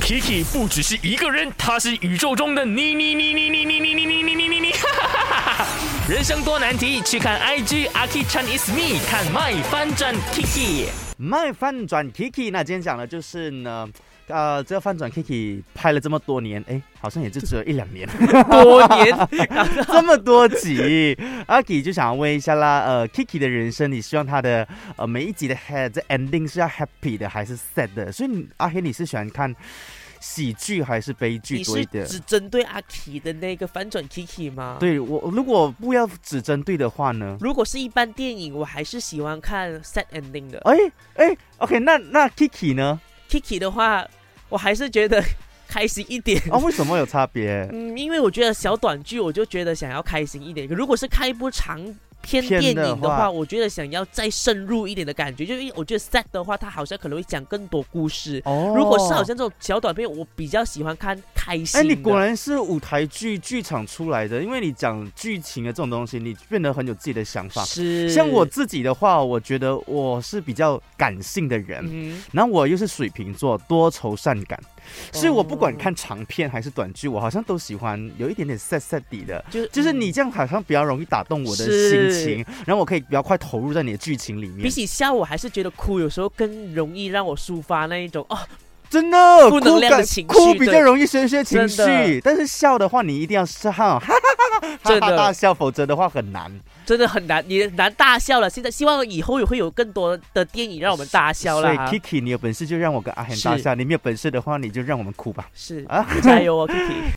Kiki 不只是一个人，她是宇宙中的你你你你你你你你你你你你你。 人生多难题，去看 IG Aki Chan is me，看 my 翻转 Kiki。卖饭转 Kiki，那今天讲的就是呢，呃，这个饭转 Kiki 拍了这么多年，哎，好像也就只有一两年， 多年 这么多集，阿 K 就想问一下啦，呃，Kiki 的人生，你希望他的呃每一集的 head 这 ending 是要 happy 的还是 sad 的？所以你阿黑你是喜欢看喜剧还是悲剧你多是一点？只针对阿 K 的那个反转 Kiki 吗？。对我如果不要只针对的话呢？如果是一般电影，我还是喜欢看 sad ending 的。哎哎，OK，那那 Kiki 呢？ Kiki 的话，我还是觉得开心一点。啊，为什么有差别？嗯，因为我觉得小短剧，我就觉得想要开心一点。如果是看一部长篇片电影的的话话，我觉得想要再深入一点的感觉，就因为我觉得 sad 的话，它好像可能会讲更多故事。哦 如果是好像这种小短片，我比较喜欢看开心的。哎，你果然是舞台剧剧场出来的，因为你讲剧情的这种东西，你变得很有自己的想法。是像我，自己的话，我觉得我是比较感性的人，嗯然后我又是水瓶座，多愁善感，所以我不管哦看长片还是短剧，我好像都喜欢有一点点 sad sad 底的。哼，就就是你这样好像比较容易打动我的心嗯是情，然后我可以比较快投入在你的剧情里面。比起笑，我还是觉得哭有时候更容易让我抒发那一种哦，真的，负能量的情绪哭感哭比对较容易宣泄情真绪的，但是笑的话，你一定要是哈哈哈哈哈真哈的大笑，否则的话很难。真的很难，你难大笑了。现在希望以后也会有更多的电影让我们大笑所以啦。 Kiki，你有本事就让我跟阿恒大是笑，你没有本事的话，你就让我们哭吧。是 啊，加油哦，Kiki。